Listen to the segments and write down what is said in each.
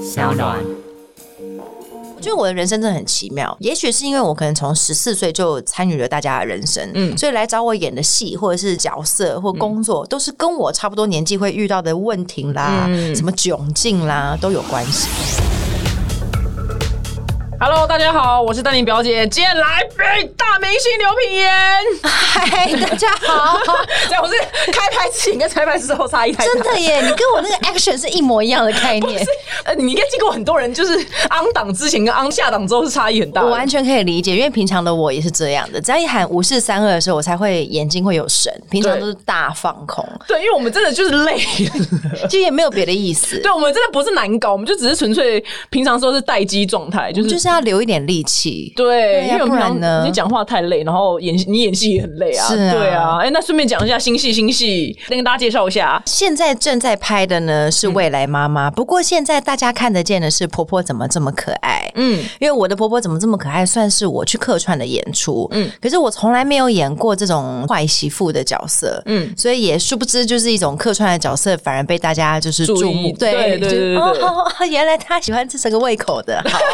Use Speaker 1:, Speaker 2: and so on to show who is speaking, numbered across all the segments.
Speaker 1: 小暖。
Speaker 2: 我觉得我的人生真的很奇妙，也许是因为我可能从十四岁就参与了大家的人生，嗯，
Speaker 3: 嗯
Speaker 2: 所以来找我演的戏或者是角色或工作，都是跟我差不多年纪会遇到的问题啦，
Speaker 3: 嗯
Speaker 2: 什么窘境啦，都有关系。
Speaker 3: Hello，大家好，我是丹宁表姐，今天来宾大明星刘品言。
Speaker 2: 嗨，大家 好。
Speaker 3: 这样我是开拍之前跟开拍之后差异太大。
Speaker 4: 真的耶！你跟我那个 action 是一模一样的概念，
Speaker 3: 呃，你应该经过很多人，就是昂档之前跟昂下档之后是差异很大的。
Speaker 2: 我完全可以理解，因为平常的我也是这样的，只要一喊五四三二的时候，我才会眼睛会有神，平常都是大放空，
Speaker 3: 对，因为我们真的就是累 了。
Speaker 2: 其实也没有别的意 思，
Speaker 3: 对，我们真的不是难搞，我们就只是纯粹平常时候是待机状态，就是。
Speaker 2: 就是要留一点力气。
Speaker 3: 对，
Speaker 2: 对
Speaker 3: 因
Speaker 2: 呀
Speaker 3: 为我们
Speaker 2: 不
Speaker 3: 平
Speaker 2: 然
Speaker 3: 常
Speaker 2: 呢
Speaker 3: 你讲话太累，然后演你演戏也很累啊。
Speaker 2: 是啊
Speaker 3: 对啊。哎、那顺便讲一下新戏，新戏，再跟大家介绍一下。
Speaker 2: 现在正在拍的呢
Speaker 3: 嗯
Speaker 2: 是未来妈妈，不过现在大家看得见的是婆婆怎么这么可爱。
Speaker 3: 嗯，
Speaker 2: 因为我的婆婆怎么这么可爱，算是我去客串的演出，嗯
Speaker 3: 嗯，
Speaker 2: 可是我从来没有演过这种坏媳妇的角色，嗯
Speaker 3: 嗯，
Speaker 2: 所以也殊不知就是一种客串的角色，反而被大家就是
Speaker 3: 注
Speaker 2: 注
Speaker 3: 意
Speaker 2: 目，
Speaker 3: 对对
Speaker 2: 就
Speaker 3: 对对对
Speaker 2: 哦，原来她喜欢吃这个胃口 的，好啊，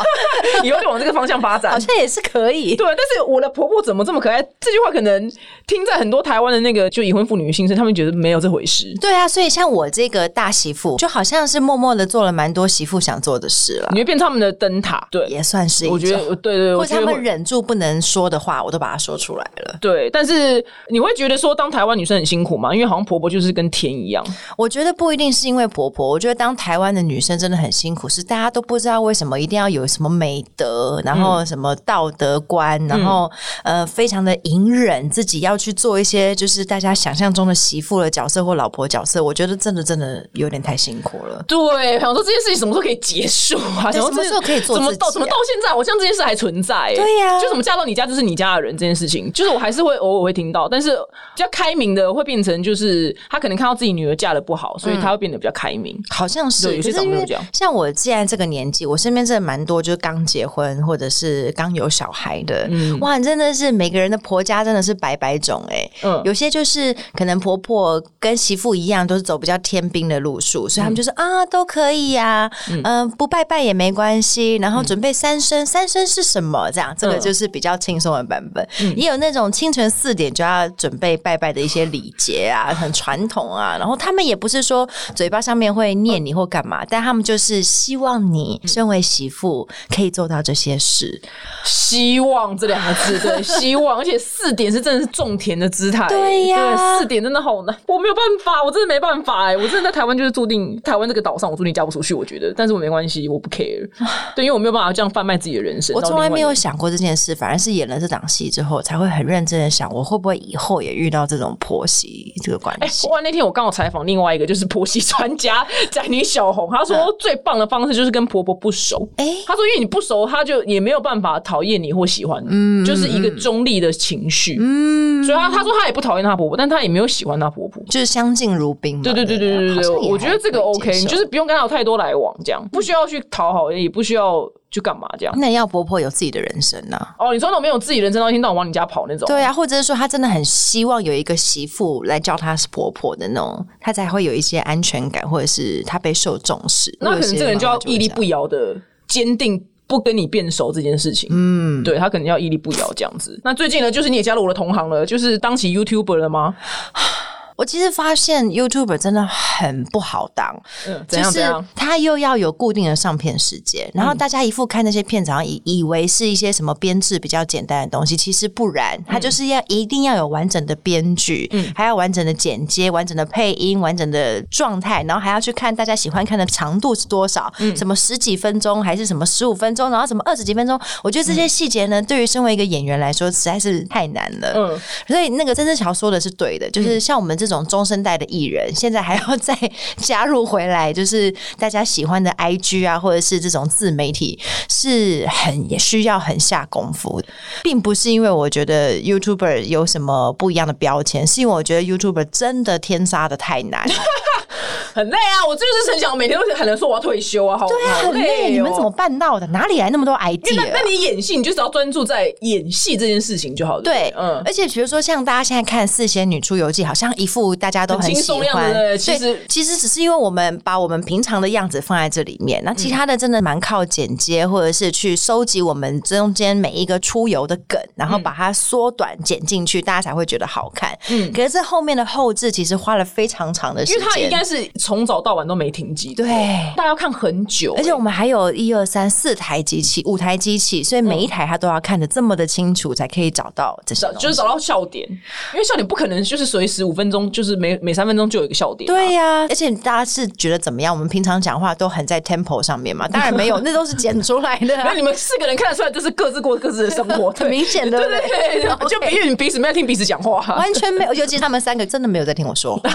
Speaker 3: 以后就往这个方向发展。
Speaker 2: 好像也是可以，
Speaker 3: 对，但是我的婆婆怎么这么可爱？这句话可能听在很多台湾的那个就已婚妇女的心声，他们觉得没有这回事。
Speaker 2: 对啊，所以像我这个大媳妇，就好像是默默的做了蛮多媳妇想做的事了，
Speaker 3: 你会变成他们的灯塔，对，
Speaker 2: 也算是一种，
Speaker 3: 我觉得对对，
Speaker 2: 或
Speaker 3: 我
Speaker 2: 者
Speaker 3: 觉
Speaker 2: 他
Speaker 3: 得
Speaker 2: 们
Speaker 3: 会
Speaker 2: 忍住不能说的话，我都把它说出来了。
Speaker 3: 对，但是你会觉得说当台湾女生很辛苦吗？因为好像婆婆就是跟天一样，
Speaker 2: 我觉得不一定是因为婆婆，我觉得当台湾的女生真的很辛苦，是大家都不知道为什么一定要有什么美德，然后什么道德观，
Speaker 3: 嗯
Speaker 2: 然后呃，非常的隐忍，自己要去做一些就是大家想象中的媳妇的角色或老婆角色。我觉得真的真的有点太辛苦了。
Speaker 3: 对，想说这件事情什么时候可以结束啊？
Speaker 2: 对
Speaker 3: 想说
Speaker 2: 什么时候可以做
Speaker 3: 怎么
Speaker 2: 自己
Speaker 3: 到
Speaker 2: 啊
Speaker 3: 怎么到现在，我像这件事还存在、欸？
Speaker 2: 对呀
Speaker 3: 就怎么嫁到你家就是你家的人这件事情，就是我还是会偶尔会听到，但是比较开明的会变成就是他可能看到自己女儿嫁的不好，所以他会变得比较开明。
Speaker 2: 好像是，
Speaker 3: 对有些
Speaker 2: 可是
Speaker 3: 长辈
Speaker 2: 因为
Speaker 3: 会这样
Speaker 2: 像我既然这个年纪，我身边真的蛮多就是刚结婚或者是刚有小孩的，哇，真的是每个人的婆家真的是百百种哎、
Speaker 3: 嗯
Speaker 2: 有些就是可能婆婆跟媳妇一样，都是走比较天兵的路数，所以
Speaker 3: 嗯
Speaker 2: 他们就说、啊都可以呀、嗯、不拜拜也没关系，然后准备三生，三生是什么？这样这个
Speaker 3: 嗯
Speaker 2: 就是比较轻松的版本，也有那种清晨四点就要准备拜拜的一些礼节 啊，很传统啊，然后他们也不是说嘴巴上面会念你或干嘛，但他们就是希望你身为媳妇可以做到这些事。
Speaker 3: 希望这两 个字，对，希望，而且四点是真的是种田的姿态，
Speaker 2: 对呀
Speaker 3: 对四点真的好难，我没有办法，我真的没办法哎、我真的在台湾就是注定台湾这个岛上，我注定嫁不出去，我觉得，但是我没关系，我不 care，对，因为我没有办法这样贩卖自己的人生，
Speaker 2: 我从来没有
Speaker 3: 到另外一个。
Speaker 2: 想过这件事，反而是演了这档戏之后，才会很认真的想，我会不会以后也遇到这种婆媳这个关
Speaker 3: 哎，
Speaker 2: 系
Speaker 3: 不？过那天我刚好采访另外一个就是婆媳专家宅女小红，她说最棒的方式就是跟婆婆不熟。
Speaker 2: 哎、
Speaker 3: 她说，因为你不熟，她就也没有办法讨厌你或喜欢你，嗯、就是一个中立的情绪。嗯，所以她她说她也不讨厌她婆婆，但她也没有喜欢她婆婆。
Speaker 2: 就是相敬如宾嘛。
Speaker 3: 对对对
Speaker 2: 不
Speaker 3: 对对
Speaker 2: 好
Speaker 3: 对，
Speaker 2: 像也
Speaker 3: 我觉得
Speaker 2: 还
Speaker 3: 这个
Speaker 2: 可以接
Speaker 3: OK，你
Speaker 2: 受
Speaker 3: 就是不用跟他有太多来往，这样不需要去讨好，也不需要去干嘛这样。
Speaker 2: 那要婆婆有自己的人生呐、
Speaker 3: 哦，你说那种没有自己人生，到一天到晚往你家跑那种，
Speaker 2: 对啊，或者是说她真的很希望有一个媳妇来叫她是婆婆的那种，她才会有一些安全感，或者是她备受重视。
Speaker 3: 那可能这个人就要屹立不
Speaker 2: 摇。
Speaker 3: 摇的坚定。不跟你变熟这件事情，嗯，对他可能要屹立不摇这样子。那最近呢，就是你也加入我的同行了，就是当起 YouTuber 了吗？
Speaker 2: 我其实发现 YouTuber 真的很不好当，
Speaker 3: 嗯，怎
Speaker 2: 就
Speaker 3: 样怎
Speaker 2: 是
Speaker 3: 样？嗯
Speaker 2: 他又要有固定的上片时间，然后大家一副看那些片子，好像以以为是一些什么编制比较简单的东西，其实不
Speaker 3: 嗯
Speaker 2: 然，他就是要一定要有完整的编剧，还要完整的剪接、完整的配音、完整的状态，然后还要去看大家喜欢看的长度是多少，
Speaker 3: 嗯
Speaker 2: 什么十几分钟还是什么十五分钟，然后什么二十几分钟，我觉得这些细节呢，对于身为一个演员来说实在是太难了。
Speaker 3: 嗯
Speaker 2: 所以那个曾志乔说的是对的，就是像我们这种中生代的艺人，现在还要再加入回来，就是大家喜欢的 IG 啊，或者是这种自媒体，是很也需要很下功夫的，并不是因为我觉得 YouTuber 有什么不一样的标签，是因为我觉得 YouTuber 真的天杀的太难。
Speaker 3: 很累啊！我这就是很想每天都喊着说我要退休啊，好，
Speaker 2: 对啊，
Speaker 3: 好
Speaker 2: 很累，
Speaker 3: 哦
Speaker 2: 你们怎么？啊办到的？哪里来那么多
Speaker 3: 因为那
Speaker 2: idea？
Speaker 3: 那你演戏，你就只要专注在演戏这件事情就好了。
Speaker 2: 对，
Speaker 3: 嗯，
Speaker 2: 而且比如说像大家现在看《四仙女出游记》，好像一副大家都
Speaker 3: 很轻
Speaker 2: 喜
Speaker 3: 松样
Speaker 2: 欢，
Speaker 3: 子对
Speaker 2: 对
Speaker 3: 其实
Speaker 2: 其实只是因为我们把我们平常的样子放在这里面，那
Speaker 3: 嗯
Speaker 2: 其他的真的蛮靠剪接或者是去收集我们中间每一个出游的梗，然
Speaker 3: 嗯
Speaker 2: 后把它缩短剪进去，大家才会觉得好看。嗯，可是这后面的后置其实花了非常长的时
Speaker 3: 因为
Speaker 2: 间，
Speaker 3: 他应该哦是从早到晚都没停机的，
Speaker 2: 对。
Speaker 3: 大家要看很久、
Speaker 2: 而且我们还有一二三四台机器，五台机器，所以每一台它都要看得这么的清楚，才可以找到这些
Speaker 3: 嗯找
Speaker 2: 东西。
Speaker 3: 就是找到笑点，因为笑点不可能就是随时五分钟，就是每每三分钟就有一个笑点、啊
Speaker 2: 对，呀、啊而且大家是觉得怎么样？我们平常讲话都很在 tempo 上面嘛，当然没 有，那都是剪出来 的、
Speaker 3: 那
Speaker 2: 啊。
Speaker 3: 你们四个人看得出来，就是各自过各自的生活，
Speaker 2: 很明显对
Speaker 3: 对
Speaker 2: 不对
Speaker 3: 对对，对
Speaker 2: OK
Speaker 3: 就比你们彼此没有听彼此讲话、啊
Speaker 2: 完全没有，尤其是他们三个真的没有在听我说话，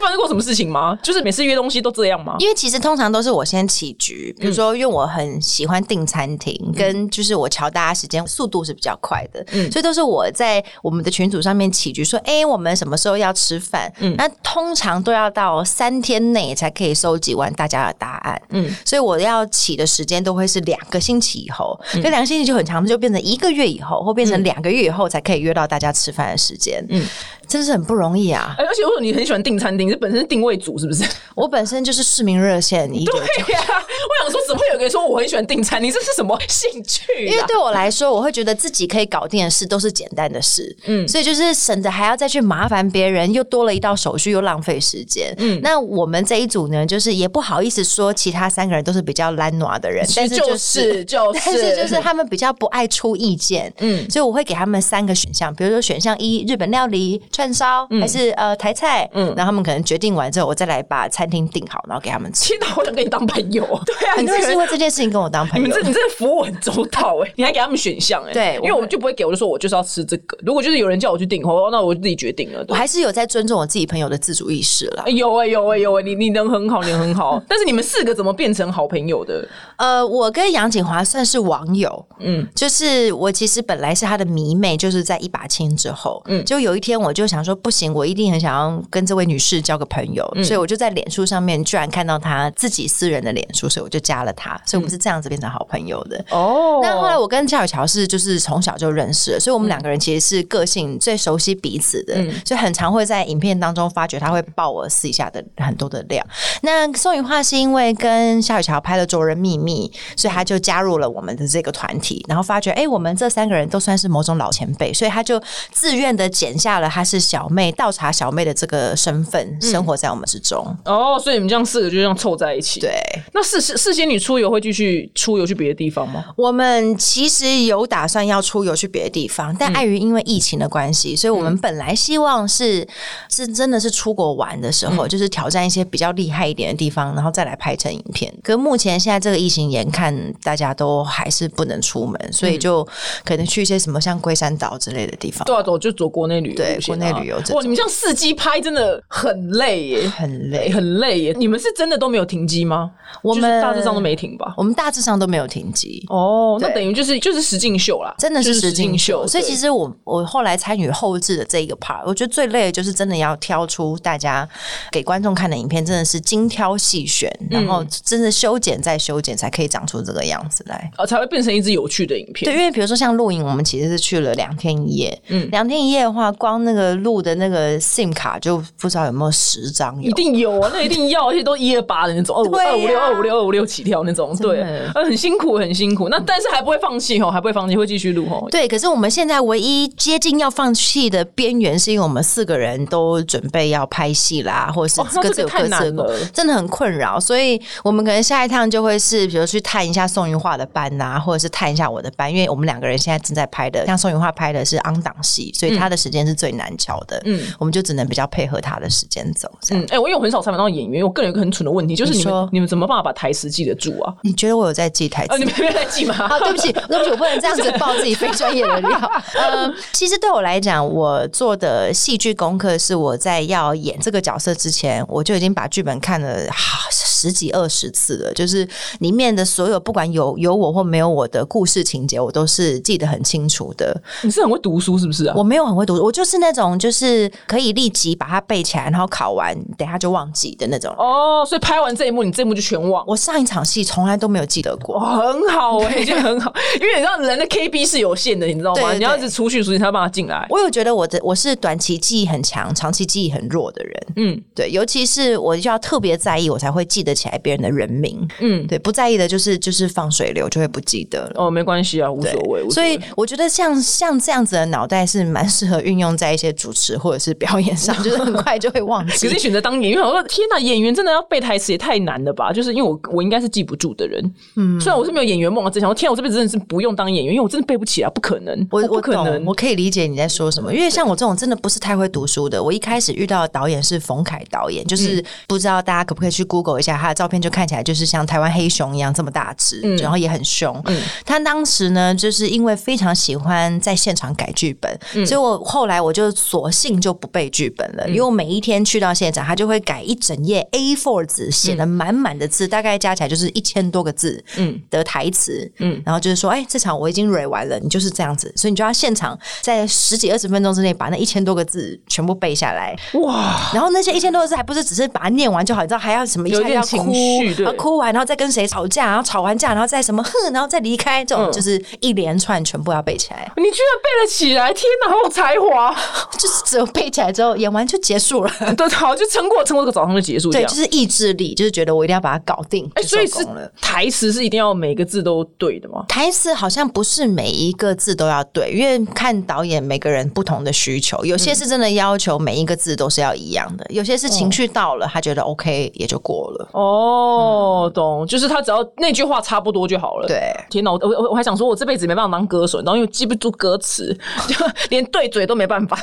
Speaker 3: 发生过什么事情吗？就是每次约东西都这样吗？
Speaker 2: 因为其实通常都是我先起局，比如说因为我很喜欢订餐厅，跟就是我瞧大家时间速度是比较快的，所以都是我在我们的群组上面起局说，哎、我们什么时候要吃饭？那通常都要到三天内才可以收集完大家的答案，嗯，所以我要起的时间都会是两个星期以后，跟两个星期就很长，就变成一个月以后，或变成两个月以后才可以约到大家吃饭的时间，嗯，真是很不容易啊！
Speaker 3: 哎而且为什么你很喜欢订餐厅？是本身是定位组是不 是？
Speaker 2: 我本身就是市民热线一九九。
Speaker 3: 对呀、我想说怎么会有个人说我很喜欢订餐厅？这是什么兴趣、啊？
Speaker 2: 因为对我来说，我会觉得自己可以搞定的事都是简单的事，嗯，所以就是省得还要再去麻烦别人，又多了一道手续，又浪费时间。嗯，那我们这一组呢，就是也不好意思说其他三个人都是比较懒惰的人，但是
Speaker 3: 就
Speaker 2: 就是
Speaker 3: 就是
Speaker 2: 但是就是他们比较不爱出意见，嗯，所以我会给他们三个选项，比如说选项一日本料理串烧，
Speaker 3: 嗯
Speaker 2: 还是呃台菜，嗯，然后他们可能决定完之后，我再来把餐厅订好，然后给他们 吃。
Speaker 3: 天哪，好想跟你当朋友。对啊，
Speaker 2: 很
Speaker 3: 你
Speaker 2: 多人
Speaker 3: 这个
Speaker 2: 是因
Speaker 3: 人。
Speaker 2: 为这件事情跟我当朋
Speaker 3: 你
Speaker 2: 友，
Speaker 3: 们这你这个服务很周到 哎、你还给他们选项哎、
Speaker 2: 哎对
Speaker 3: 因为
Speaker 2: 我
Speaker 3: 我们就不会给，我就说我就是要吃这个。如果就是有人叫我去订，哦，那我就自己决定了。
Speaker 2: 我
Speaker 3: 对，
Speaker 2: 还是有在尊重我自己朋友的自主意识啦。
Speaker 3: 有哎、有哎、有哎、你你人很好，你人很好。 但是你们四个怎么变成好朋友的？
Speaker 2: 呃，我跟杨景华算是网友，嗯，就是我其实本来是他的迷妹，就是在一把青之后，嗯，就有一天我就想说，不行，我一定很想要跟这位女士交个朋友，所以我就在脸书上面居然看到她自己私人的脸书，所以我就加了她，所以我们是这样子变成好朋友的。
Speaker 3: 哦
Speaker 2: 那后来我跟夏雨乔是就是从小就认识了，所以我们两个人其实是个性最熟悉彼此的，所以很常会在影片当中发觉他会爆我私底下的很多的料。那宋雨化是因为跟夏雨乔拍了《卓人秘密》，所以他就加入了我们的这个团体，然后发觉哎、诶我们这三个人都算是某种老前辈，所以他就自愿的剪下了她是小妹倒茶小妹的这个身份，生活在我们之中。
Speaker 3: 哦，所以你们这样四个就这样凑在一起。，
Speaker 2: 对，
Speaker 3: 那四四四仙女出游会继续出游去别的地方吗？
Speaker 2: 我们其实有打算要出游去别的地方，但碍于因为疫情的关系，所以我们本来希望是是真的是出国玩的时候，就是挑战一些比较厉害一点的地方，然后再来拍成影片。可目前现在这个疫情，眼看大家都还是不能出门，所以就可能去一些什么像龟山岛之类的地方，
Speaker 3: 对啊，走就走国内旅游
Speaker 2: 对
Speaker 3: 路线
Speaker 2: 国
Speaker 3: 啊，
Speaker 2: 内旅游这种
Speaker 3: 哇，你们这样四机拍真的很累耶，
Speaker 2: 很
Speaker 3: 哎
Speaker 2: 累。
Speaker 3: 很累耶。你们是真的都没有停机吗？
Speaker 2: 我
Speaker 3: 就是
Speaker 2: 们
Speaker 3: 大致上都没停吧？
Speaker 2: 我们大致上都没有停机。
Speaker 3: 哦，那
Speaker 2: 对
Speaker 3: 等于就是就是实境秀啦，
Speaker 2: 真的
Speaker 3: 就是
Speaker 2: 实
Speaker 3: 实
Speaker 2: 境秀，所以
Speaker 3: 对
Speaker 2: 其实我我后来参与后置的这一个 part，我觉得最累的就是真的要挑出大家给观众看的影片，真的是精挑细选，然
Speaker 3: 嗯
Speaker 2: 后真的修剪再修剪，才可以长出这个样子来。
Speaker 3: 呃才会变成一支有趣的影
Speaker 2: 对，
Speaker 3: 片。
Speaker 2: 因为比如说像录影，我们其实是去了两天一夜，嗯，两天一夜的话，光那个录的那个 SIM 卡就不知道有没有十张有
Speaker 3: 一。定有啊，那一定要，而且都一二八 的那种，二五
Speaker 2: 对
Speaker 3: 二五六
Speaker 2: 呀
Speaker 3: 二五六二五六起跳那种，
Speaker 2: 真的
Speaker 3: 对，呃很辛苦很辛苦。那但是还不会放弃哦，还不会放弃，会继续录哦。
Speaker 2: 对，可是我们现在唯一接近要放弃的边缘，是因为我们四个人都准备要拍戏啦，或者
Speaker 3: 哦
Speaker 2: 是
Speaker 3: 那
Speaker 2: 各
Speaker 3: 这
Speaker 2: 自
Speaker 3: 个
Speaker 2: 有
Speaker 3: 太
Speaker 2: 各自的
Speaker 3: 难
Speaker 2: 工
Speaker 3: 了
Speaker 2: 真的很困扰。所以我们可能下一趟就会是，比如去探一下宋云画的班呐、或者是探一下我的班，因为我们两个人现在正在拍的，像宋云画拍的是昂档戏，
Speaker 3: 嗯
Speaker 2: 所以他的时间是最难瞧的。嗯，我们就只能比较配合他的时间走。这样，
Speaker 3: 嗯，哎、我因为我很少采访到演员，我个人有一个很蠢的问题，就是你
Speaker 2: 你
Speaker 3: 们
Speaker 2: 说
Speaker 3: 你们怎么办法把台词记得住啊？
Speaker 2: 你觉得我有在记台词
Speaker 3: 啊，你？们没有在记吗？
Speaker 2: 啊，对不起，对不起，我不能这样子爆自己非专业的料。嗯，其实对我来讲，我做的戏剧功课是我在要演这个角色之前，我就已经把剧本看了好十几二十次了，就是里面的所有不管有有我或没有我的故事情节，我都是记得很清楚的。
Speaker 3: 你是很会读书是不是啊？
Speaker 2: 我没有很会读，我就是那种种就是可以立即把它背起来，然后考完等一下就忘记的那种。
Speaker 3: 哦，所以拍完这一幕，你这一幕就全忘。
Speaker 2: 我上一场戏从来都没有记得过。
Speaker 3: 哦，很好哎、已经很好，因为你知道人的 KB 是有限的，你知道吗？
Speaker 2: 对对对
Speaker 3: 你要一直储蓄，储蓄才有办法进来。
Speaker 2: 我有觉得我的我是短期记忆很强，长期记忆很弱的人。
Speaker 3: 嗯
Speaker 2: 对，尤其是我就要特别在意，我才会记得起来别人的人名。
Speaker 3: 嗯，
Speaker 2: 对，不在意的就是就是放水流就会不记得了。
Speaker 3: 哦，没关系啊，无所谓。无
Speaker 2: 所
Speaker 3: 所谓
Speaker 2: 以我觉得像像这样子的脑袋是蛮适合运用在一些主持或者是表演上，就是很快就会忘
Speaker 3: 可是
Speaker 2: 记。
Speaker 3: 选择当演员，我说天哪，演员真的要背台词也太难了吧？就是因为我我应该是记不住的人，嗯，虽然我是没有演员梦啊，只想说天啊，我这辈子真的是不用当演员，因为我真的背不起啊来，不可能，
Speaker 2: 我
Speaker 3: 嗯不
Speaker 2: 我
Speaker 3: 可能嗯
Speaker 2: 懂，，我可以理解你在说什么，因为像我这种真的不是太会读书的，我一开始遇到的导演是冯凯导演，
Speaker 3: 嗯
Speaker 2: 就是不知道大家可不可以去 Google 一下他的照片，就看起来就是像台湾黑熊一样这么大只，
Speaker 3: 嗯
Speaker 2: 然后也很凶。他当时呢，就是因为非常喜欢在现场改剧本，
Speaker 3: 嗯
Speaker 2: 所以我后来我就索性就不背剧本了，因为我每一天去到现场，他就会改一整页 A4 纸，写
Speaker 3: 嗯
Speaker 2: 了满满的字，大概加起来就是一千多个字，嗯，的台词，嗯，然后就是说，哎，这场我已经蕊完了，你就是这样子，所以你就要现场在十几二十分钟之内把那一千多个字全部背下 来，
Speaker 3: 哇，
Speaker 2: 然后那些一千多个字还不是只是把它念完就好，你知道还要什么一
Speaker 3: 有
Speaker 2: 下
Speaker 3: 一点
Speaker 2: 要
Speaker 3: 情
Speaker 2: 哭
Speaker 3: 绪，对
Speaker 2: 然后啊哭完然后再跟谁吵架，然后吵完架然后再什么哼，然后再离开，这种
Speaker 3: 嗯
Speaker 2: 就是一连串全部要背起来，
Speaker 3: 你居然背了起来，天哪，好有才华！
Speaker 2: 就是只有背起来之后演完就结束了。
Speaker 3: 对，好，就撑过撑过这个早上就结束这
Speaker 2: 对，
Speaker 3: 样
Speaker 2: 就。是意志力，就是觉得我一定要把它搞定，
Speaker 3: 哎、
Speaker 2: 就
Speaker 3: 所以
Speaker 2: 收
Speaker 3: 是
Speaker 2: 工了。
Speaker 3: 台词是一定要每个字都对的吗？
Speaker 2: 台词好像不是每一个字都要对，因为看导演每个人不同的需求，有
Speaker 3: 嗯
Speaker 2: 些是真的要求每一个字都是要一样的，有些是情绪到了，他觉得 OK 也就过了。
Speaker 3: 哦，懂，就是他只要那句话差不多就好了。
Speaker 2: 嗯对
Speaker 3: 天哪，我我我还想说，我这辈子没办法当歌手，然后又记不住歌词，就 连对嘴都没办法，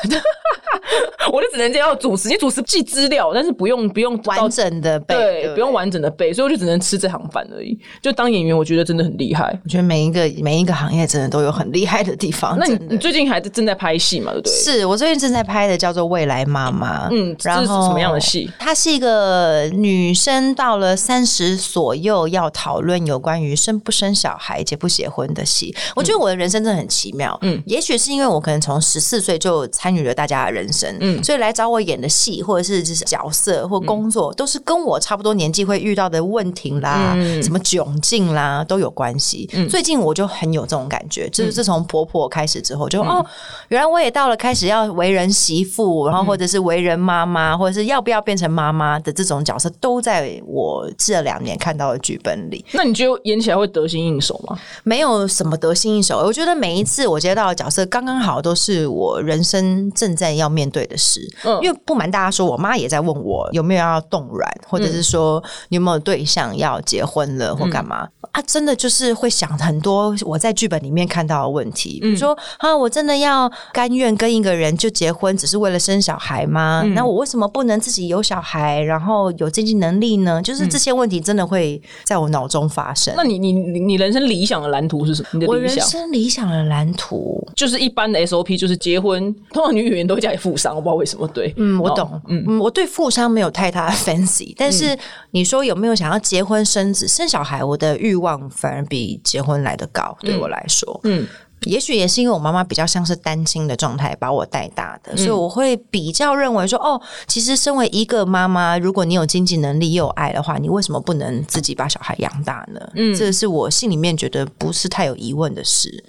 Speaker 3: 我就只能这样主持，因为主持记资料，但是不用不用到
Speaker 2: 完整的背，
Speaker 3: 对，
Speaker 2: 不
Speaker 3: 不用。完整的背，所以我就只能吃这行饭而已。就当演员，我觉得真的很厉害。
Speaker 2: 我觉得每一个每一个行业真的都有很厉害的地方。
Speaker 3: 那你
Speaker 2: 真的
Speaker 3: 你最近还正在拍戏嘛？对不对？
Speaker 2: 是我最近正在拍的叫做《未来妈妈》，
Speaker 3: 嗯这
Speaker 2: 然
Speaker 3: 是
Speaker 2: 后
Speaker 3: 什么样的戏？
Speaker 2: 它是一个女生到了三十左右要讨论有关于生不生小孩、结不结婚的戏。我觉得我的人生真的很奇妙，嗯，也许是因为我可能从十四岁就参与了大家的人生，嗯，所以来找我演的戏或者是就是角色或工作，都是跟我差不多年纪会遇到的问题啦，
Speaker 3: 嗯
Speaker 2: 什么窘境啦都有关系。最近我就很有这种感觉，
Speaker 3: 嗯
Speaker 2: 就是自从婆婆开始之后就，哦，原来我也到了开始要为人媳妇，然后或者是为人妈妈，或者是要不要变成妈妈的这种角色，都在我这两年看到的剧本里，
Speaker 3: 那你觉得演起来会得心应手吗？
Speaker 2: 没有什么得心应手。我觉得每一次我接到的角色，刚刚好都是我人生正在要面对的事。
Speaker 3: 嗯
Speaker 2: 因为不瞒大家说，我妈也在问我有没有要冻卵，或者是说你有没有对象要结婚了或干嘛、啊？真的就是会想很多我在剧本里面看到的问题，比如说啊，我真的要甘愿跟一个人就结婚，只是为了生小孩吗？那我为什么不能自己有小孩，然后有经济能力呢？就是这些问题真的会在我脑中发生。
Speaker 3: 那你你你你人生理想的蓝图是什么？你的
Speaker 2: 我
Speaker 3: 理
Speaker 2: 人
Speaker 3: 想
Speaker 2: 生理想的蓝图，
Speaker 3: 就是一般的 SOP 就是结婚，通常女演员都会加以负伤，我不知道为什么。对，
Speaker 2: 嗯，我
Speaker 3: 哦
Speaker 2: 懂，嗯我对富商没有太大的 fancy，但是你说有没有想要结婚生子、生小孩，我的欲望反而比结婚来的高，对我来说，
Speaker 3: 嗯
Speaker 2: 嗯。也许也是因为我妈妈比较像是单亲的状态把我带大的，所以我会比较认为说，哦，其实身为一个妈妈，如果你有经济能力又有爱的话，你为什么不能自己把小孩养大呢？嗯，这是我心里面觉得不是太有疑问的事。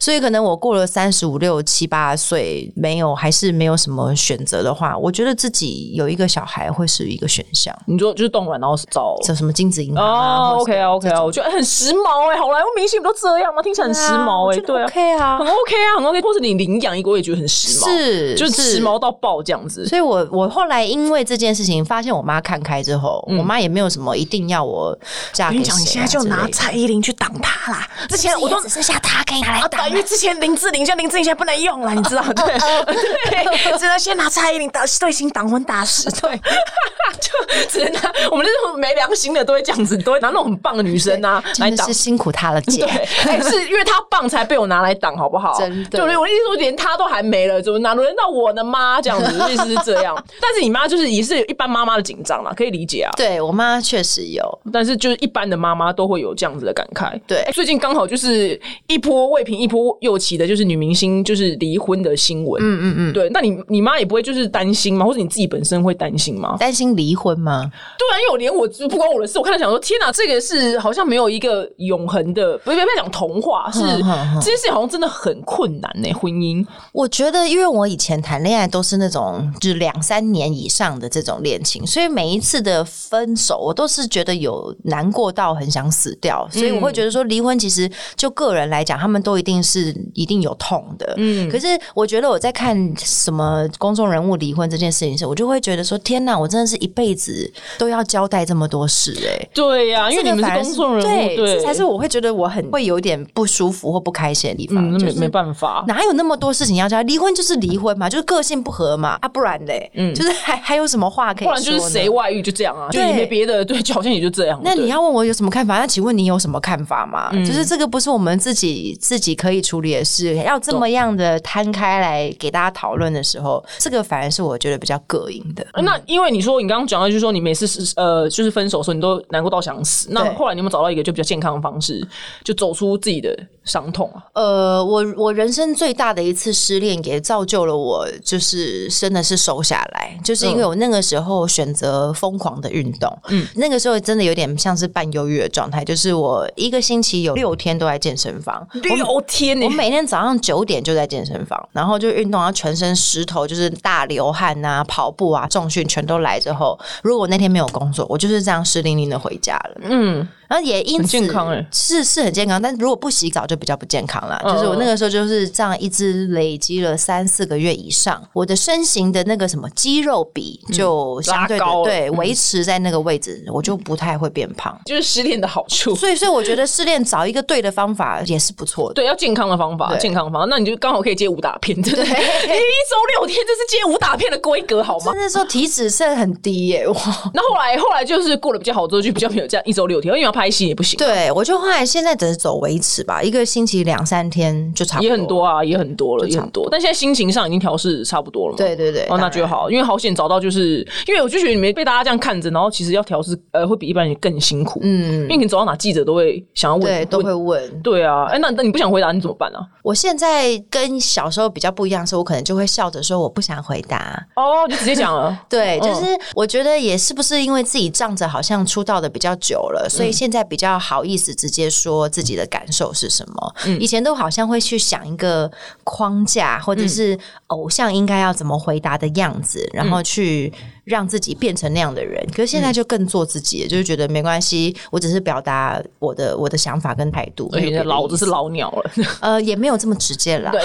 Speaker 2: 所以可能我过了三十五六七八岁，没有还是没有什么选择的话，我觉得自己有一个小孩会是一个选项，
Speaker 3: 你说就是冻卵，然后找。
Speaker 2: 叫什么精子银行啊或
Speaker 3: 哦、o
Speaker 2: 者
Speaker 3: k 啊，OK 啊，我觉得很时髦哎、好莱坞明星不都这样吗？听起来很时髦哎、
Speaker 2: 对
Speaker 3: 对
Speaker 2: 啊我觉得，OK 啊
Speaker 3: 啊，很，OK 啊，很 OK，或者你领养一个，我也觉得很时髦，
Speaker 2: 是
Speaker 3: 就是时。
Speaker 2: 是
Speaker 3: 髦到爆这样子。
Speaker 2: 所以我我后来因为这件事情，发现我妈看开之后，
Speaker 3: 嗯
Speaker 2: 我妈也没有什么一定要我嫁给谁、啊。之类的
Speaker 3: 蔡依林去挡他啦！之前我都
Speaker 4: 只剩下他可以拿来打
Speaker 3: 啊，因为之前林志玲，现在林志玲现在不能用了，你知道？对，对，只能先拿蔡依林打对新挡婚打死，对， 就只能拿我们那种没良心的都会这样子，都会拿那种很棒的女生啊来
Speaker 2: 真的
Speaker 3: 挡
Speaker 2: 是。辛苦她了，姐
Speaker 3: 对。，哎、是因为她棒才被我拿来挡，好不好？
Speaker 2: 真的
Speaker 3: 对我的意思说，连她都还没了，怎么哪轮到我呢？妈，这样子意思是这样。但是你妈就是也是有一般妈妈的紧张啦，可以理解啊。
Speaker 2: 对我妈确实有，
Speaker 3: 但是就是一般的妈妈都会有这样子的感慨。
Speaker 2: 对
Speaker 3: 哎最近刚好就是一波未平一波又起的，就是女明星就是离婚的新闻。嗯嗯嗯，对。那你你妈也不会就是担心吗？或者你自己本身会担心吗？
Speaker 2: 担心离婚吗？
Speaker 3: 对啊，因为我连我就不关我的事，我看到想说，天哪，这个是好像没有一个永恒的，不是不要讲童话，是
Speaker 2: 哼哼哼
Speaker 3: 这件事情好像真的很困难呢、婚姻
Speaker 2: 我觉得，因为我以前谈恋爱都是那种就是两三年以上的这种恋情，所以每一次的分手，我都是觉得有难过到很想死掉，所以我会觉得说，离婚其实就个人来讲，他们都一定是一定有痛的。嗯，可是我觉得我在看什么公众人物离婚这件事情时，我就会觉得说，天哪，我真的是一辈子都要交代这么多事哎、
Speaker 3: 对呀、因为你们
Speaker 2: 这个
Speaker 3: 是
Speaker 2: 反而
Speaker 3: 公众人
Speaker 2: 对，
Speaker 3: 物，对，
Speaker 2: 这才是我会觉得我很会有点不舒服或不开心的地方，
Speaker 3: 嗯，那
Speaker 2: 就
Speaker 3: 没
Speaker 2: 是
Speaker 3: 没办法。
Speaker 2: 哪有那么多事情要交代？离婚就是离婚嘛，就是个性不合嘛，啊，不然嘞，就是还还有什么话可以
Speaker 3: 嗯
Speaker 2: 说
Speaker 3: 不然
Speaker 2: 呢？
Speaker 3: 就是谁外遇就这样啊，就也
Speaker 2: 对
Speaker 3: 没别的，对，就好像也就这样。
Speaker 2: 那
Speaker 3: 对
Speaker 2: 你要问我有什么看法？那请问你有什么看法吗？
Speaker 3: 嗯
Speaker 2: 就是这个不是我们自己自己可以处理的事，要这么样的摊开来给大家讨论的时候，这个反而是我觉得比较膈应的。
Speaker 3: 呃那因为你说你刚刚讲到，就是说你每次是呃，就是分手的时候，你都难过到想死。那
Speaker 2: 对
Speaker 3: 后来你有没有找到一个就比较健康的方式，就走出自己的伤痛啊？
Speaker 2: 呃，我我人生最大的一次失恋，也造就了我，就是真的是瘦下来，就是因为我那个时候选择疯狂的运动，嗯，那个时候真的有点像是半忧郁的状态，就是我一个星期有六天都在健身房，
Speaker 3: 六天呢
Speaker 2: 我每天早上九点就在健身房，然后就运动，然后全身湿透，就是大流汗啊，跑步啊，重训全都来之后，如果我那天没有工作，我就是这样湿淋淋的回家了。嗯，然后也因此
Speaker 3: 很健康欸
Speaker 2: 是是很健康，但如果不洗澡就比较不健康啦。就是
Speaker 3: 嗯
Speaker 2: 我那个时候就是这样一直累积了三四个月以上，我的身形的那个什么肌肉比就相对的、
Speaker 3: 嗯拉高了嗯
Speaker 2: 对维持在那个位置，我就不太会变胖。
Speaker 3: 就是失恋的好处。
Speaker 2: 所以，所以我觉得失恋找一个对的方法也是不错的。
Speaker 3: 对，要健康的方法，
Speaker 2: 对
Speaker 3: 健康的方法，那你就刚好可以接武打片，真 的，你一周六天，这是接武打片的规格好吗？
Speaker 2: 那时候体脂剩很低耶、哇！
Speaker 3: 那后来后来就是过得比较好之后，就比较没有这样一周六天，因为要拍戏也不行，
Speaker 2: 对，我就后来现在只是走维持吧，一个星期两三天就差不多，
Speaker 3: 也很多。啊，也很多了，也很多。但现在心情上已经调试差不多了嘛。
Speaker 2: 对对对
Speaker 3: 哦，那就好，因为好险找到，就是因为我就觉得你们被大家这样看着，然后其实要调试，呃，会比一般人更辛苦。嗯，因为你走到哪，记者都会想要问，
Speaker 2: 对，都会
Speaker 3: 问。
Speaker 2: 问。
Speaker 3: 对啊，哎、那那你不想回答，你怎么办啊？
Speaker 2: 我现在跟小时候比较不一样，是我可能就会笑着说我不想回答。。
Speaker 3: 哦，就直接讲了
Speaker 2: 对，就
Speaker 3: 嗯
Speaker 2: 是我觉得也是不是因为自己仗着好像出道的比较久了，
Speaker 3: 嗯
Speaker 2: 所以现在比较好意思直接说自己的感受是什么。
Speaker 3: 嗯
Speaker 2: 以前都好像会去想一个框架，或
Speaker 3: 嗯
Speaker 2: 者是偶像应该要怎么回答的样子，然
Speaker 3: 嗯
Speaker 2: 后去让自己变成那样的人。可是现在就更做自己，就是觉得没关系，我只是表达我的我的想法跟态度。
Speaker 3: 而
Speaker 2: 没有别
Speaker 3: 且
Speaker 2: 的
Speaker 3: 哎老
Speaker 2: 意
Speaker 3: 子是
Speaker 2: 思
Speaker 3: 老鸟了，
Speaker 2: 呃，也没有这么直接啦。
Speaker 3: 对，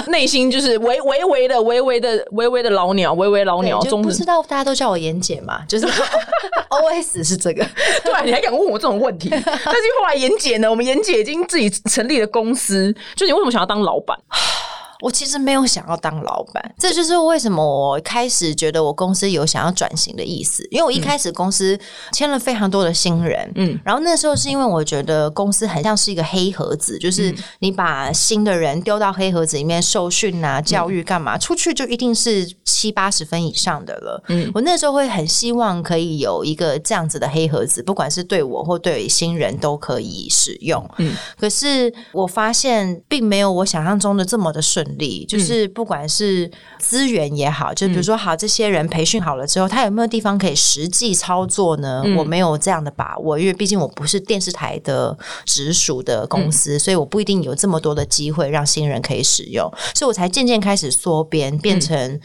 Speaker 3: 就 内心就是微微微的、微微的、微微的老鸟，微微老
Speaker 2: 对
Speaker 3: 鸟，
Speaker 2: 就
Speaker 3: 中
Speaker 2: 不
Speaker 3: 等
Speaker 2: 知道大家都叫我妍姐嘛， 就是 always 是这个。
Speaker 3: 对啊，你还敢问我这种 问题？但是后来妍姐呢？我们妍姐已经自己成立了公司，就你为什么想要当老板？
Speaker 2: 我其实没有想要当老板，这就是为什么我开始觉得我公司有想要转型的意思。因为我一开始公司签了非常多的新人，嗯，然后那时候是因为我觉得公司很像是一个黑盒子，就是你把新的人丢到黑盒子里面受训啊、教育干嘛，出去就一定是七八十分以上的了。嗯，我那时候会很希望可以有一个这样子的黑盒子，不管是对我或对新人都可以使用。可是我发现并没有我想象中的这么的顺利，就是不管是资源也好，就比如说好，这些人培训好了之后，他有没有地方可以实际操作呢？我没有这样的把握，因为毕竟我不是电视台的直属的公司，所以我不一定有这么多的机会让新人可以使用，所以我才渐渐开始缩编，变成。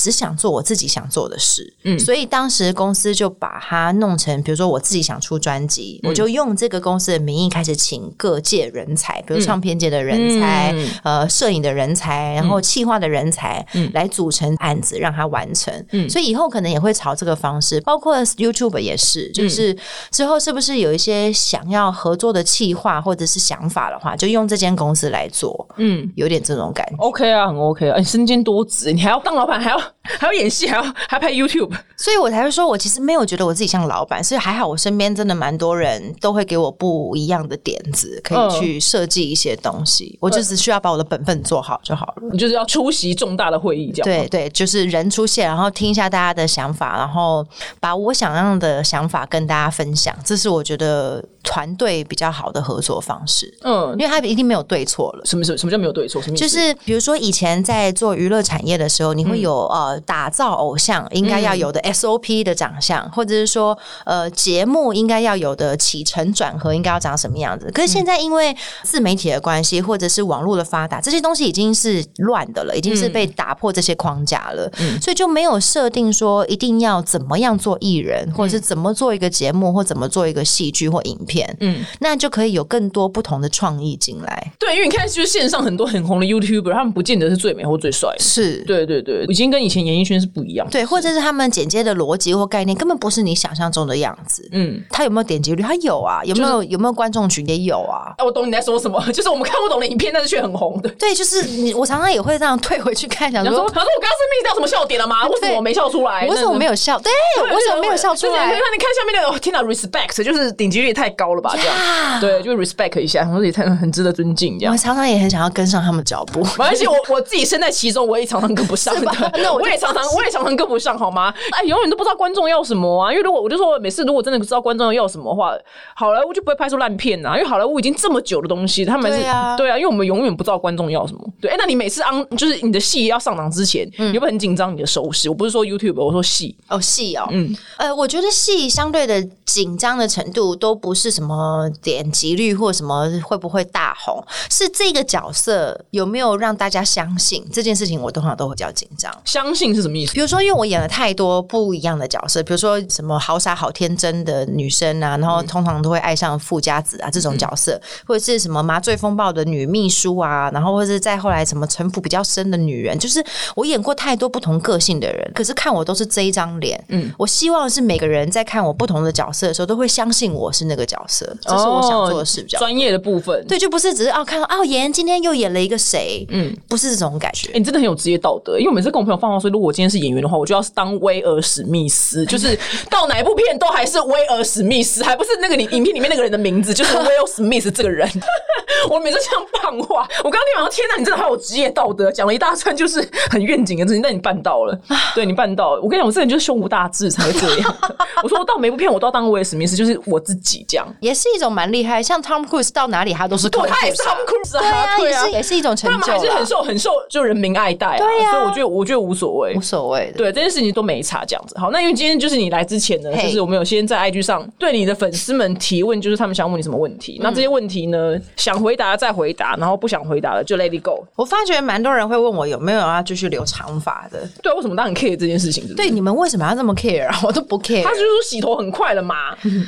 Speaker 2: 只想做我自己想做的事，所以当时公司就把它弄成，比如说我自己想出专辑，我就用这个公司的名义开始请各界人才，比如唱片界的人才、呃，摄影的人才，然后企划的人才，来组成案子让它完成。所以以后可能也会朝这个方式，包括 YouTube 也是，就是之后是不是有一些想要合作的企划或者是想法的话，就用这间公司来做，嗯，有点这种感觉。
Speaker 3: 哎 OK 啊，很 OK 啊，你身兼多职，你还要当老板，还要还要演戏，还要还要拍 YouTube。
Speaker 2: 所以我才会说，我其实没有觉得我自己像老板，所以还好，我身边真的蛮多人都会给我不一样的点子，可以去设计一些东西。我就只需要把我的本分做好就好了。
Speaker 3: 你就是要出席重大的会议，这样吗
Speaker 2: 对对，就是人出现，然后听一下大家的想法，然后把我想要的想法跟大家分享，这是我觉得团队比较好的合作方式，
Speaker 3: 嗯
Speaker 2: 因，为他一定没有对错了。
Speaker 3: 什么什么什么叫没有对错？什么意思
Speaker 2: 就是比如说以前在做娱乐产业的时候，你会有、呃打造偶像应该要有的 SOP 的长相，或者是说呃节目应该要有的起承转合应该要长什么样子。可是现在因为自媒体的关系，或者是网络的发达，这些东西已经是乱的了，已经是被打破这些框架了，所以就没有设定说一定要怎么样做艺人，或者是怎么做一个节目，或怎么做一个戏剧或影片，嗯，那就可以有更多不同的创意进来，
Speaker 3: 对，因为你看，就是线上很多很红的 YouTuber，他们不见得是最美或最帅的。
Speaker 2: 是。
Speaker 3: 对对对，已经跟以前演艺圈是不一样的。
Speaker 2: 对，或者是他们剪接的逻辑或概念根本不是你想象中的样子。
Speaker 3: 嗯，
Speaker 2: 他有没有点击率？他有啊，有没有、有没有观众群也有啊。
Speaker 3: 啊，我懂你在说什么， 就是我们看不懂的影片，但是却很红的。
Speaker 2: 对，就是你，我常常也会这样退回去看，想
Speaker 3: 然后说，
Speaker 2: 说
Speaker 3: 然后说我刚刚是面到什么笑点了吗？为什么我没笑出来？
Speaker 2: 我为什么没
Speaker 3: 有？
Speaker 2: 有笑？对，我为什么没有笑出
Speaker 3: 对对
Speaker 2: 来
Speaker 3: 对？那你看下面那个，哦天哪，respect，就是顶级率也太高了吧？这样，对，就 respect 一下，然后也太很值得尊敬这样
Speaker 2: 我。常常也很想要跟上他们脚步。
Speaker 3: 没关系，我我自己身在其中，我也常常跟 不上的。那我也常常，我也常常跟不上，好吗？哎，永远都不知道观众要什么啊！因为如果我就说，每次如果真的知道观众要什么的话，好莱坞就不会拍出烂片啊呐、因为好莱坞已经这么久的东西，他们是
Speaker 2: 对啊
Speaker 3: 因为我们永远不知道观众要什么。对，哎、那你每次昂，就是你的戏要上档之前，你会不会很紧张你的手势？我不是说 YouTube，我说戏。
Speaker 2: 哦，戏哦，嗯，呃，我觉得戏相对的紧张的程度都不是什么点击率或什么会不会大红，是这个角色有没有让大家相信这件事情，我通常都会比较紧张。
Speaker 3: 相信是什么意思？
Speaker 2: 比如说，因为我演了太多不一样的角色，比如说什么好傻好天真的女生啊，然后通常都会爱上富家子啊这种角色，或者是什么麻醉风暴的女秘书啊，然后或者是再后来什么城府比较深的女人，就是我演过太多不同个性的人，可是看我都是这一张脸。嗯，我希望是每个人在看我不同的角色的时候，都会相信我是那个角色，这哦是我想做的事比较。
Speaker 3: 专业的部分。
Speaker 2: 对，就不是只是哦，看到哦，演今天又演了一个谁，嗯，不是这种感觉
Speaker 3: 欸，。你真的很有职业道德。因为我每次跟我朋友放话说，如果我今天是演员的话，我就要是当威尔史密斯，就是到哪一部片都还是威尔史密斯，还不是那个你影片里面那个人的名字，就是威尔史密斯这个人。 我每次这样放话，我刚刚听完说，天哪，你真的好有职业道德，讲了一大串就是很愿景的事情，但你办到了，对你办到了。我跟你讲，我这个人就是胸无大志才会这样。 我说我到每部片我都要当威尔史密斯，就是我自己这样。
Speaker 2: 也是一种蛮厉害，像 Tom Cruise 到哪里他都是
Speaker 3: 对，
Speaker 2: 客户
Speaker 3: 他也是 Tom Cruise 啊，
Speaker 2: 对
Speaker 3: 对
Speaker 2: 啊，也是也是一种成
Speaker 3: 他们
Speaker 2: 就
Speaker 3: 还是很
Speaker 2: 啦，
Speaker 3: 受很受就人民爱戴啊，
Speaker 2: 对啊
Speaker 3: 所以我觉得我觉得无所谓
Speaker 2: 无。所谓的。
Speaker 3: 对这件事情都没差，这样子。好，那因为今天就是你来之前呢，
Speaker 2: 嘿
Speaker 3: 就是我们有先在 IG 上对你的粉丝们提问，就是他们想问你什么问
Speaker 2: 嗯
Speaker 3: 题。那这些问题呢，想回答再回答，然后不想回答的就 Let it go。
Speaker 2: 我发觉蛮多人会问我有没有要继续留长发的，
Speaker 3: 对，为什么当然 care 这件事情？对不对
Speaker 2: 对，你们为什么要这么 care 啊？我都不 care
Speaker 3: 他。就是说洗头很快了嘛，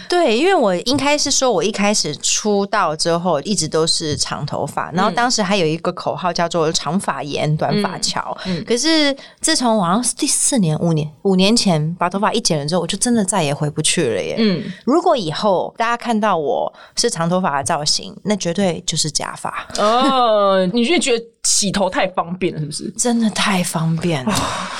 Speaker 2: 对，因为我应该是说，我一开始出道之后一直都是长头发，然后当时还有一个口号叫做“长发延，短发翘”可是自从我好像是第四年、五年、五年前把头发一剪了之后，我就真的再也回不去了耶。嗯，如果以后大家看到我是长头发的造型，那绝对就是假发，
Speaker 3: 哦，你就觉得洗头太方便了，是不是？
Speaker 2: 真的太方便了。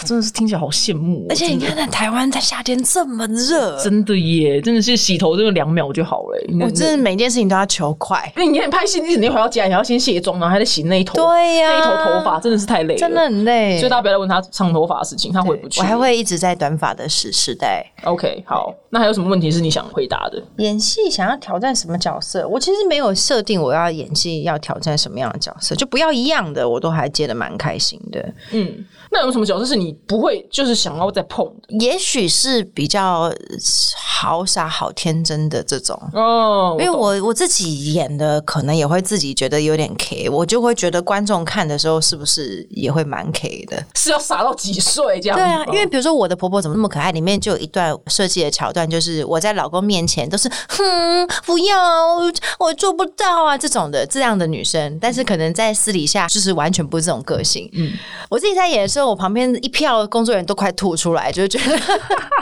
Speaker 3: 真的是听起来好羡慕哦、
Speaker 2: 而且
Speaker 3: 真
Speaker 2: 你
Speaker 3: 的
Speaker 2: 看，在台湾在夏天这么热，
Speaker 3: 真的耶，真的是洗头这个两秒就好了、你
Speaker 2: 我真的每件事情都要求快。
Speaker 3: 因为你看拍戏，你肯定回到家，你还要先卸妆，然后还得洗那一头，
Speaker 2: 对呀
Speaker 3: 那一头头发真的是太累了，
Speaker 2: 真的很累，
Speaker 3: 所以大家不要再问他长头发的事情，他回不去。
Speaker 2: 我还会一直在短发的时时代
Speaker 3: OK，好，那还有什么问题是你想回答的？
Speaker 2: 演戏想要挑战什么角色？我其实没有设定我要演戏要挑战什么样的角色，就不要一样的，我都还接的蛮开心的。
Speaker 3: 那有什么角色是你不会就是想要再碰的？
Speaker 2: 也许是比较呃好傻好天真的这种。
Speaker 3: 哦，
Speaker 2: 因为我我自己演的，可能也会自己觉得有点 K，我就会觉得观众看的时候是不是也会蛮 K 的？
Speaker 3: 是要傻到几岁这样？
Speaker 2: 对啊，因为
Speaker 3: 哦
Speaker 2: 比如说我的婆婆怎么那么可爱，里面就有一段设计的桥段，就是我在老公面前都是哼不要，我做不到啊这种的这样的女生，但是可能在私底下就是完全不是这种个性。嗯，我自己在演的时候，我旁边一票工作人员都快吐出来，就是觉得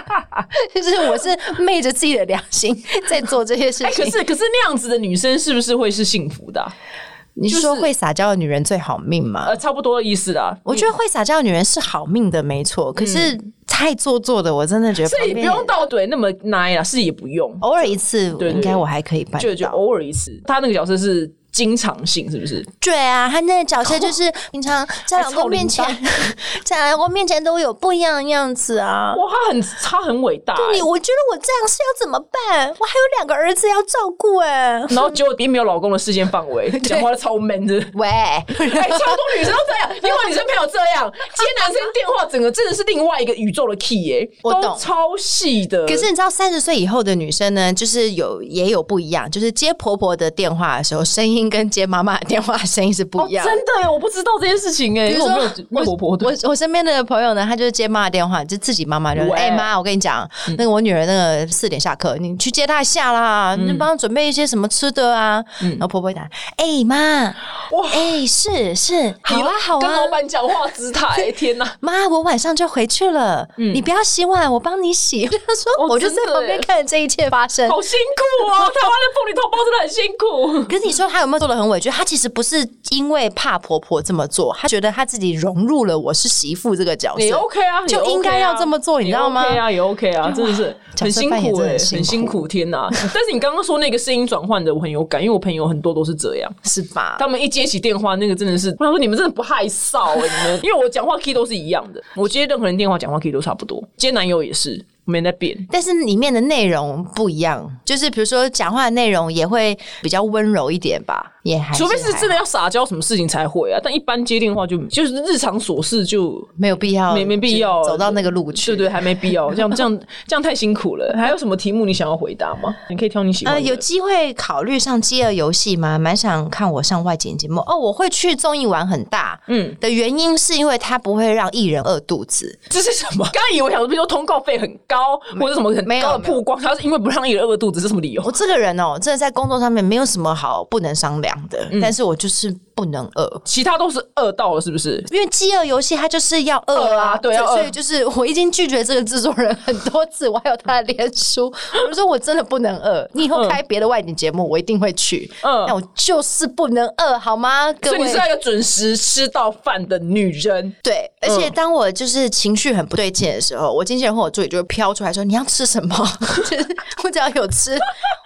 Speaker 2: 就是我是昧着自己的良心在做这些事
Speaker 3: 哎、
Speaker 2: 情。
Speaker 3: 可是可是那样子的女生是不是会是幸福的啊、
Speaker 2: 你是说
Speaker 3: 就是
Speaker 2: 会撒娇的女人最好命吗？
Speaker 3: 呃，差不多的意思啦。嗯
Speaker 2: 我觉得会撒娇的女人是好命的，没错。可是太做作的，我真的觉得
Speaker 3: 所
Speaker 2: 旁
Speaker 3: 以不
Speaker 2: 边
Speaker 3: 用到对那么 nice 啦，是也不用，
Speaker 2: 偶尔一次，
Speaker 3: 对对
Speaker 2: 应该我还可以办
Speaker 3: 就就
Speaker 2: 到。
Speaker 3: 偶尔一次。他那个角色是经常性，是不是？
Speaker 2: 对啊，她那个角
Speaker 3: 哦
Speaker 2: 色就是平常在老公面前
Speaker 3: 还，
Speaker 2: 在老公面前都有不一样的样子啊。
Speaker 3: 哇，他很他很伟大欸、
Speaker 2: 你我觉得我这样是要怎么办？我还有两个儿子要照顾哎、
Speaker 3: 然后结果并没有老公的视线 范围，讲话都超 man 的。
Speaker 2: 喂，
Speaker 3: 哎、超多女生都这样，因为女生朋友这样接男生电话，整个真的是另外一个宇宙的 key 耶、
Speaker 2: 我懂
Speaker 3: 都超细的。
Speaker 2: 可是你知道，三十岁以后的女生呢，就是有也有不一样，就是接婆婆的电话的时候，声音跟接妈妈的电话声音是不
Speaker 3: 哦，
Speaker 2: 一样。
Speaker 3: 真的耶，我不知道这件事情哎，
Speaker 2: 比
Speaker 3: 因
Speaker 2: 如
Speaker 3: 为我
Speaker 2: 说
Speaker 3: 没有外婆婆对。
Speaker 2: 我我身边的朋友呢，他就是接妈妈电话，就自己妈妈就说：“
Speaker 3: 喂嗯
Speaker 2: 哎妈、我跟你讲，那个我女儿那个四点下课，你去接她一下啦，你
Speaker 3: 嗯
Speaker 2: 帮她准备一些什么吃的啊。然后婆婆会打：“哎、妈，
Speaker 3: 哇
Speaker 2: 哎、是是，好啊好
Speaker 3: 跟
Speaker 2: 啊
Speaker 3: 老，板讲话姿 态，天哪！
Speaker 2: 妈，我晚上就回去了，你不要洗碗，我帮你洗。”她说：“
Speaker 3: 嗯哦
Speaker 2: 我就在
Speaker 3: 真的
Speaker 2: 旁边
Speaker 3: 耶
Speaker 2: 看着这一切发生。”
Speaker 3: 好辛苦哦，台湾的凤梨同胞真的很辛苦。
Speaker 2: 可是你说她有没有做的很委屈？她其实不是因为怕婆婆这么做，她觉得她自己融入了我是媳妇这个角色。
Speaker 3: 也 OK 啊，
Speaker 2: 就
Speaker 3: 也 OK 啊
Speaker 2: 应该要这么做你知道吗
Speaker 3: 也 OK 啊，也 OK 啊，真的是很辛
Speaker 2: 角色扮演
Speaker 3: 苦
Speaker 2: 真
Speaker 3: 哎、
Speaker 2: 的很辛苦
Speaker 3: 很辛苦，天哪！ 但是你刚刚说那个声音转换的，我很有感，因为我朋友很多都是这样。
Speaker 2: 是吧？
Speaker 3: 他们一接起电话，那个真的是，我想说你们真的不害臊哎、你们，因为我讲话 key 都是一样的，我接任何人电话讲话 key 都差不多，接男友也是没在变。
Speaker 2: 但是里面的内容不一样，就是比如说讲话的内容也会比较温柔一点吧，也还
Speaker 3: 除非是
Speaker 2: 还好
Speaker 3: 真的要撒娇，什么事情才会啊？但一般接电话就就是日常琐事就
Speaker 2: 没有必要，
Speaker 3: 没没必要
Speaker 2: 哦走到那个路去。
Speaker 3: 对对，还没必要，这样这样这样太辛苦了。还有什么题目你想要回答吗？你可以挑你喜欢
Speaker 2: 呃，
Speaker 3: 的。
Speaker 2: 有机会考虑上饥饿游戏吗？蛮想看我上外景节目哦。我会去综艺玩很大，嗯
Speaker 3: 嗯，
Speaker 2: 的原因是因为它不会让艺人饿肚子。
Speaker 3: 这是什么？刚刚以为想说，比如说通告费很高，或者什么很
Speaker 2: 没有
Speaker 3: 高的
Speaker 2: 没有
Speaker 3: 曝光，他是因为不让你饿肚子，是什么理由
Speaker 2: 我？这个人哦，真的在工作上面没有什么好不能商量的，
Speaker 3: 嗯
Speaker 2: 但是我就是不能饿。
Speaker 3: 其他都是饿到了，是不是？
Speaker 2: 因为饥饿游戏它就是要饿
Speaker 3: 饿
Speaker 2: 啊，
Speaker 3: 啊对要饿
Speaker 2: 所以就是我已经拒绝这个制作人很多次，我还有他的脸书， 我就说我真的不能饿，你以后
Speaker 3: 嗯
Speaker 2: 开别的外景节目我一定会去，
Speaker 3: 嗯
Speaker 2: 但我就是不能饿，好吗？各
Speaker 3: 所以你
Speaker 2: 位
Speaker 3: 是。那个准时吃到饭的女人。
Speaker 2: 对，
Speaker 3: 嗯
Speaker 2: 而且当我就是情绪很不对劲的时候，我经纪人或我助理就会飘出来说：“你要吃什么？” 就是我只要有吃，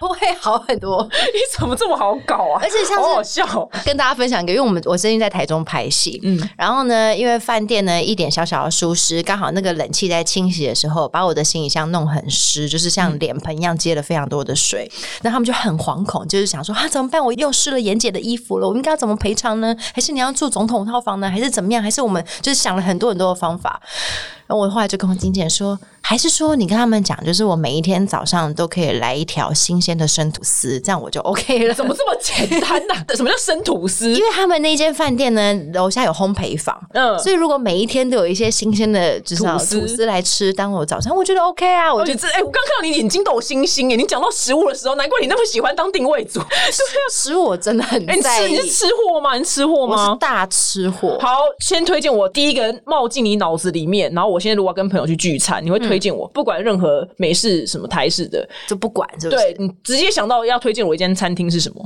Speaker 2: 我会好很多。
Speaker 3: 你怎么这么好搞啊？
Speaker 2: 而且像是
Speaker 3: 好好笑哦，
Speaker 2: 跟大家分享一个，因为我们我最近在台中拍戏，嗯，然后呢，因为饭店呢一点小小的疏失，刚好那个冷气在清洗的时候，把我的行李箱弄很湿，就是
Speaker 3: 嗯
Speaker 2: 像脸盆一样接了非常多的水，那他们就很惶恐，就是想说啊怎么办？我又湿了妍姐的衣服了，我们应该要怎么赔偿呢？还是你要住总统套房呢？还是怎么样？还是我们就是想了很多很多的方法，然后我后来就跟我经纪人说，还是说你跟他们讲，就是我每一天早上都可以来一条新鲜的生吐司，这样我就 OK 了。
Speaker 3: 怎么这么简单呐、 什么叫生吐司
Speaker 2: 因？为他们那间饭店呢，楼下有烘焙坊，
Speaker 3: 嗯
Speaker 2: 所以如果每一天都有一些新鲜的，就是啊
Speaker 3: 吐司
Speaker 2: 吐司来吃当我早餐，我觉得 OK 啊，我
Speaker 3: 我
Speaker 2: 觉
Speaker 3: 觉
Speaker 2: 得
Speaker 3: 得这哎、我刚看到你眼睛都有星星耶！你讲到食物的时候，难怪你那么喜欢当定位组。对啊，
Speaker 2: 食物我真的很
Speaker 3: 哎、你
Speaker 2: 在
Speaker 3: 吃
Speaker 2: 意
Speaker 3: 你是，吃货吗？你是吃货
Speaker 2: 我是
Speaker 3: 吗？
Speaker 2: 大吃货。
Speaker 3: 好，先推荐我第一个冒进你脑子里面，然后我现在如果要跟朋友去聚餐，你会推荐我，
Speaker 2: 嗯
Speaker 3: 不管任何美式什么台式的，
Speaker 2: 就不管是不是
Speaker 3: 对？你直接想到要推荐我一间餐厅是什么？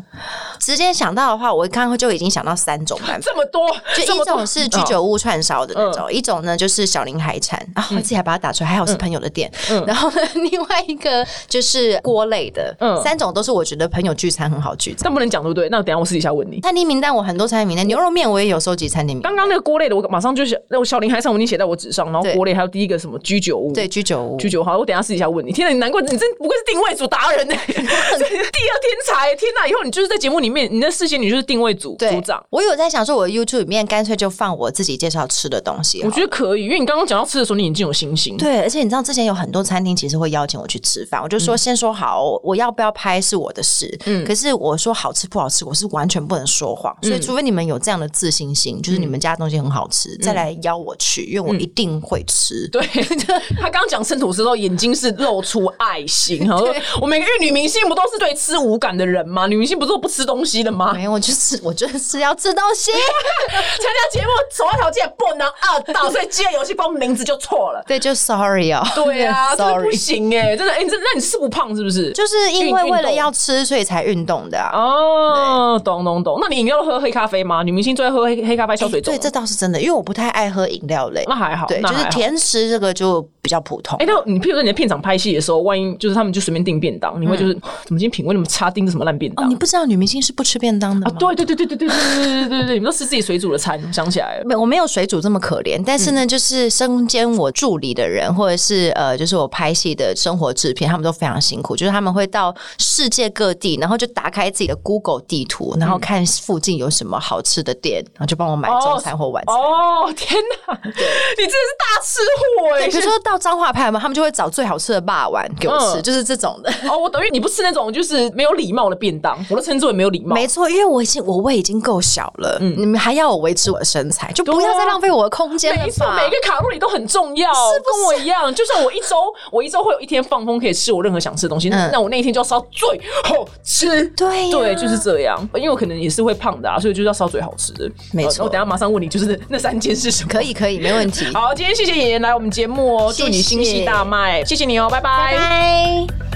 Speaker 2: 直接想到的话，我刚刚就已经想到三种办法。
Speaker 3: 这么多，
Speaker 2: 就
Speaker 3: 这
Speaker 2: 一
Speaker 3: 么多嗯
Speaker 2: 种是居酒屋串烧的那种，一种呢就是小林海产啊，我自己还把它打出来，还好是朋友的店。然后呢，另外一个就是锅类的，
Speaker 3: 嗯
Speaker 2: 三种都是我觉得朋友聚餐很好聚餐。
Speaker 3: 但不能讲对不对？那等一下我私底下问你。
Speaker 2: 餐厅名单我很多餐厅名单，牛肉面我也有收集餐厅名单，
Speaker 3: 刚刚那个锅类的，我马上就想，那我小林海上我已经写在我纸上，然后
Speaker 2: 对
Speaker 3: 锅类还有第一个什么居酒屋，
Speaker 2: 对，居酒屋。
Speaker 3: 居酒屋好，我等一下私底下问你。天哪，你难怪你真不愧是定位组 达人呢、这第二天才！天哪，以后你就是在节目里面，你的事先你就是定位组
Speaker 2: 对
Speaker 3: 组长。
Speaker 2: 我有在想说，我的 YouTube 里面干脆就放我自己介绍吃的东西好
Speaker 3: 我
Speaker 2: 了。
Speaker 3: 觉得可以，因为你刚刚讲到吃的时候，你眼睛有星星。
Speaker 2: 对，而且你知道之前有很多餐厅其实会邀请我去吃饭，我就
Speaker 3: 嗯
Speaker 2: 说先说好，我要不要拍是我的事。可是我说好吃不好吃，我是完全不能说谎。
Speaker 3: 嗯
Speaker 2: 所以除非你们有这样的自信
Speaker 3: 嗯
Speaker 2: 心，就是你们家的东西很好吃，再来邀我去，因为我一定会吃。
Speaker 3: 对，他刚刚刚讲生吐司的时候，眼睛是露出爱心。然后我每个玉女明星不都是对吃无感的人吗？女明星不是都不吃东西的吗？
Speaker 4: 没有，我就是我就是要吃东 西。
Speaker 3: 参加节目首要条件不能饿到，所以饥饿游戏光名字就错了。
Speaker 2: 对，就 sorry 哦。
Speaker 3: 对啊，真的不
Speaker 2: ，sorry，
Speaker 3: 行哎、真的哎、你这那你是不胖是不是？
Speaker 2: 就是因为
Speaker 3: 运
Speaker 2: 为了
Speaker 3: 运动
Speaker 2: 要吃，所以才运动的啊。
Speaker 3: 哦，懂懂懂。那你饮料喝黑咖啡吗？女明星最爱喝黑黑咖啡消水肿、
Speaker 2: 哎对，这倒是真的，因为我不太爱喝饮料类。
Speaker 3: 那还好，
Speaker 2: 对，
Speaker 3: 那
Speaker 2: 就是
Speaker 3: 还好。
Speaker 2: 甜食这个就比较普通
Speaker 3: 哎、。那你譬如说你在片场拍戏的时候，万一就是他们就随便订便当，你会就是、怎么今天品味那么差，订的什么烂便
Speaker 2: 哦
Speaker 3: 当？，
Speaker 2: 你不知道女明星是不吃便当的
Speaker 3: 啊，
Speaker 2: 吗？
Speaker 3: 对对对对对对对对对对对对，你们都吃自己水煮的餐，我想起来了。
Speaker 2: 没有我没有水煮这么可怜，但是呢，就是身兼我助理的人，或者是呃，就是我拍戏的生活制片，他们都非常辛苦，就是他们会到世界各地，然后就打开自己的 Google 地图，然后看附近有什么好吃的店，然后就帮我买中餐或晚餐。
Speaker 3: 哦，天哪，你真的是大吃货哎、
Speaker 2: 对，比如说到彰化拍嘛，他们就会找最好吃的霸丸给我吃，
Speaker 3: 嗯
Speaker 2: 就是这种的。
Speaker 3: 哦，我等于你不吃那种就是没有礼貌的便当，我都称之为没有礼貌。
Speaker 2: 没错，因为我已经我胃已经够小了，你们还要我维持我的身材，就不
Speaker 3: 嗯对啊
Speaker 2: 要再浪费我的空间了
Speaker 3: 没错，
Speaker 2: 吧。
Speaker 3: 每一个卡路里都很重要，跟我一样。就算我一周， 我一周会有一天放风，可以吃我任何想吃的东西，那
Speaker 2: 嗯
Speaker 3: 那我那一天就要烧最好吃。
Speaker 2: 对呀
Speaker 3: 对，就是这样。因为我可能也是会胖的啊，所以就是要烧最好吃的。
Speaker 2: 没错
Speaker 3: 呃我等一下马上问你，就是那三件是什么？
Speaker 2: 可以可以，没问题。
Speaker 3: 好，今天谢谢妍妍来我们节目哦，祝你
Speaker 4: 谢谢
Speaker 3: 心系大卖，谢谢你哦，拜拜
Speaker 4: 拜。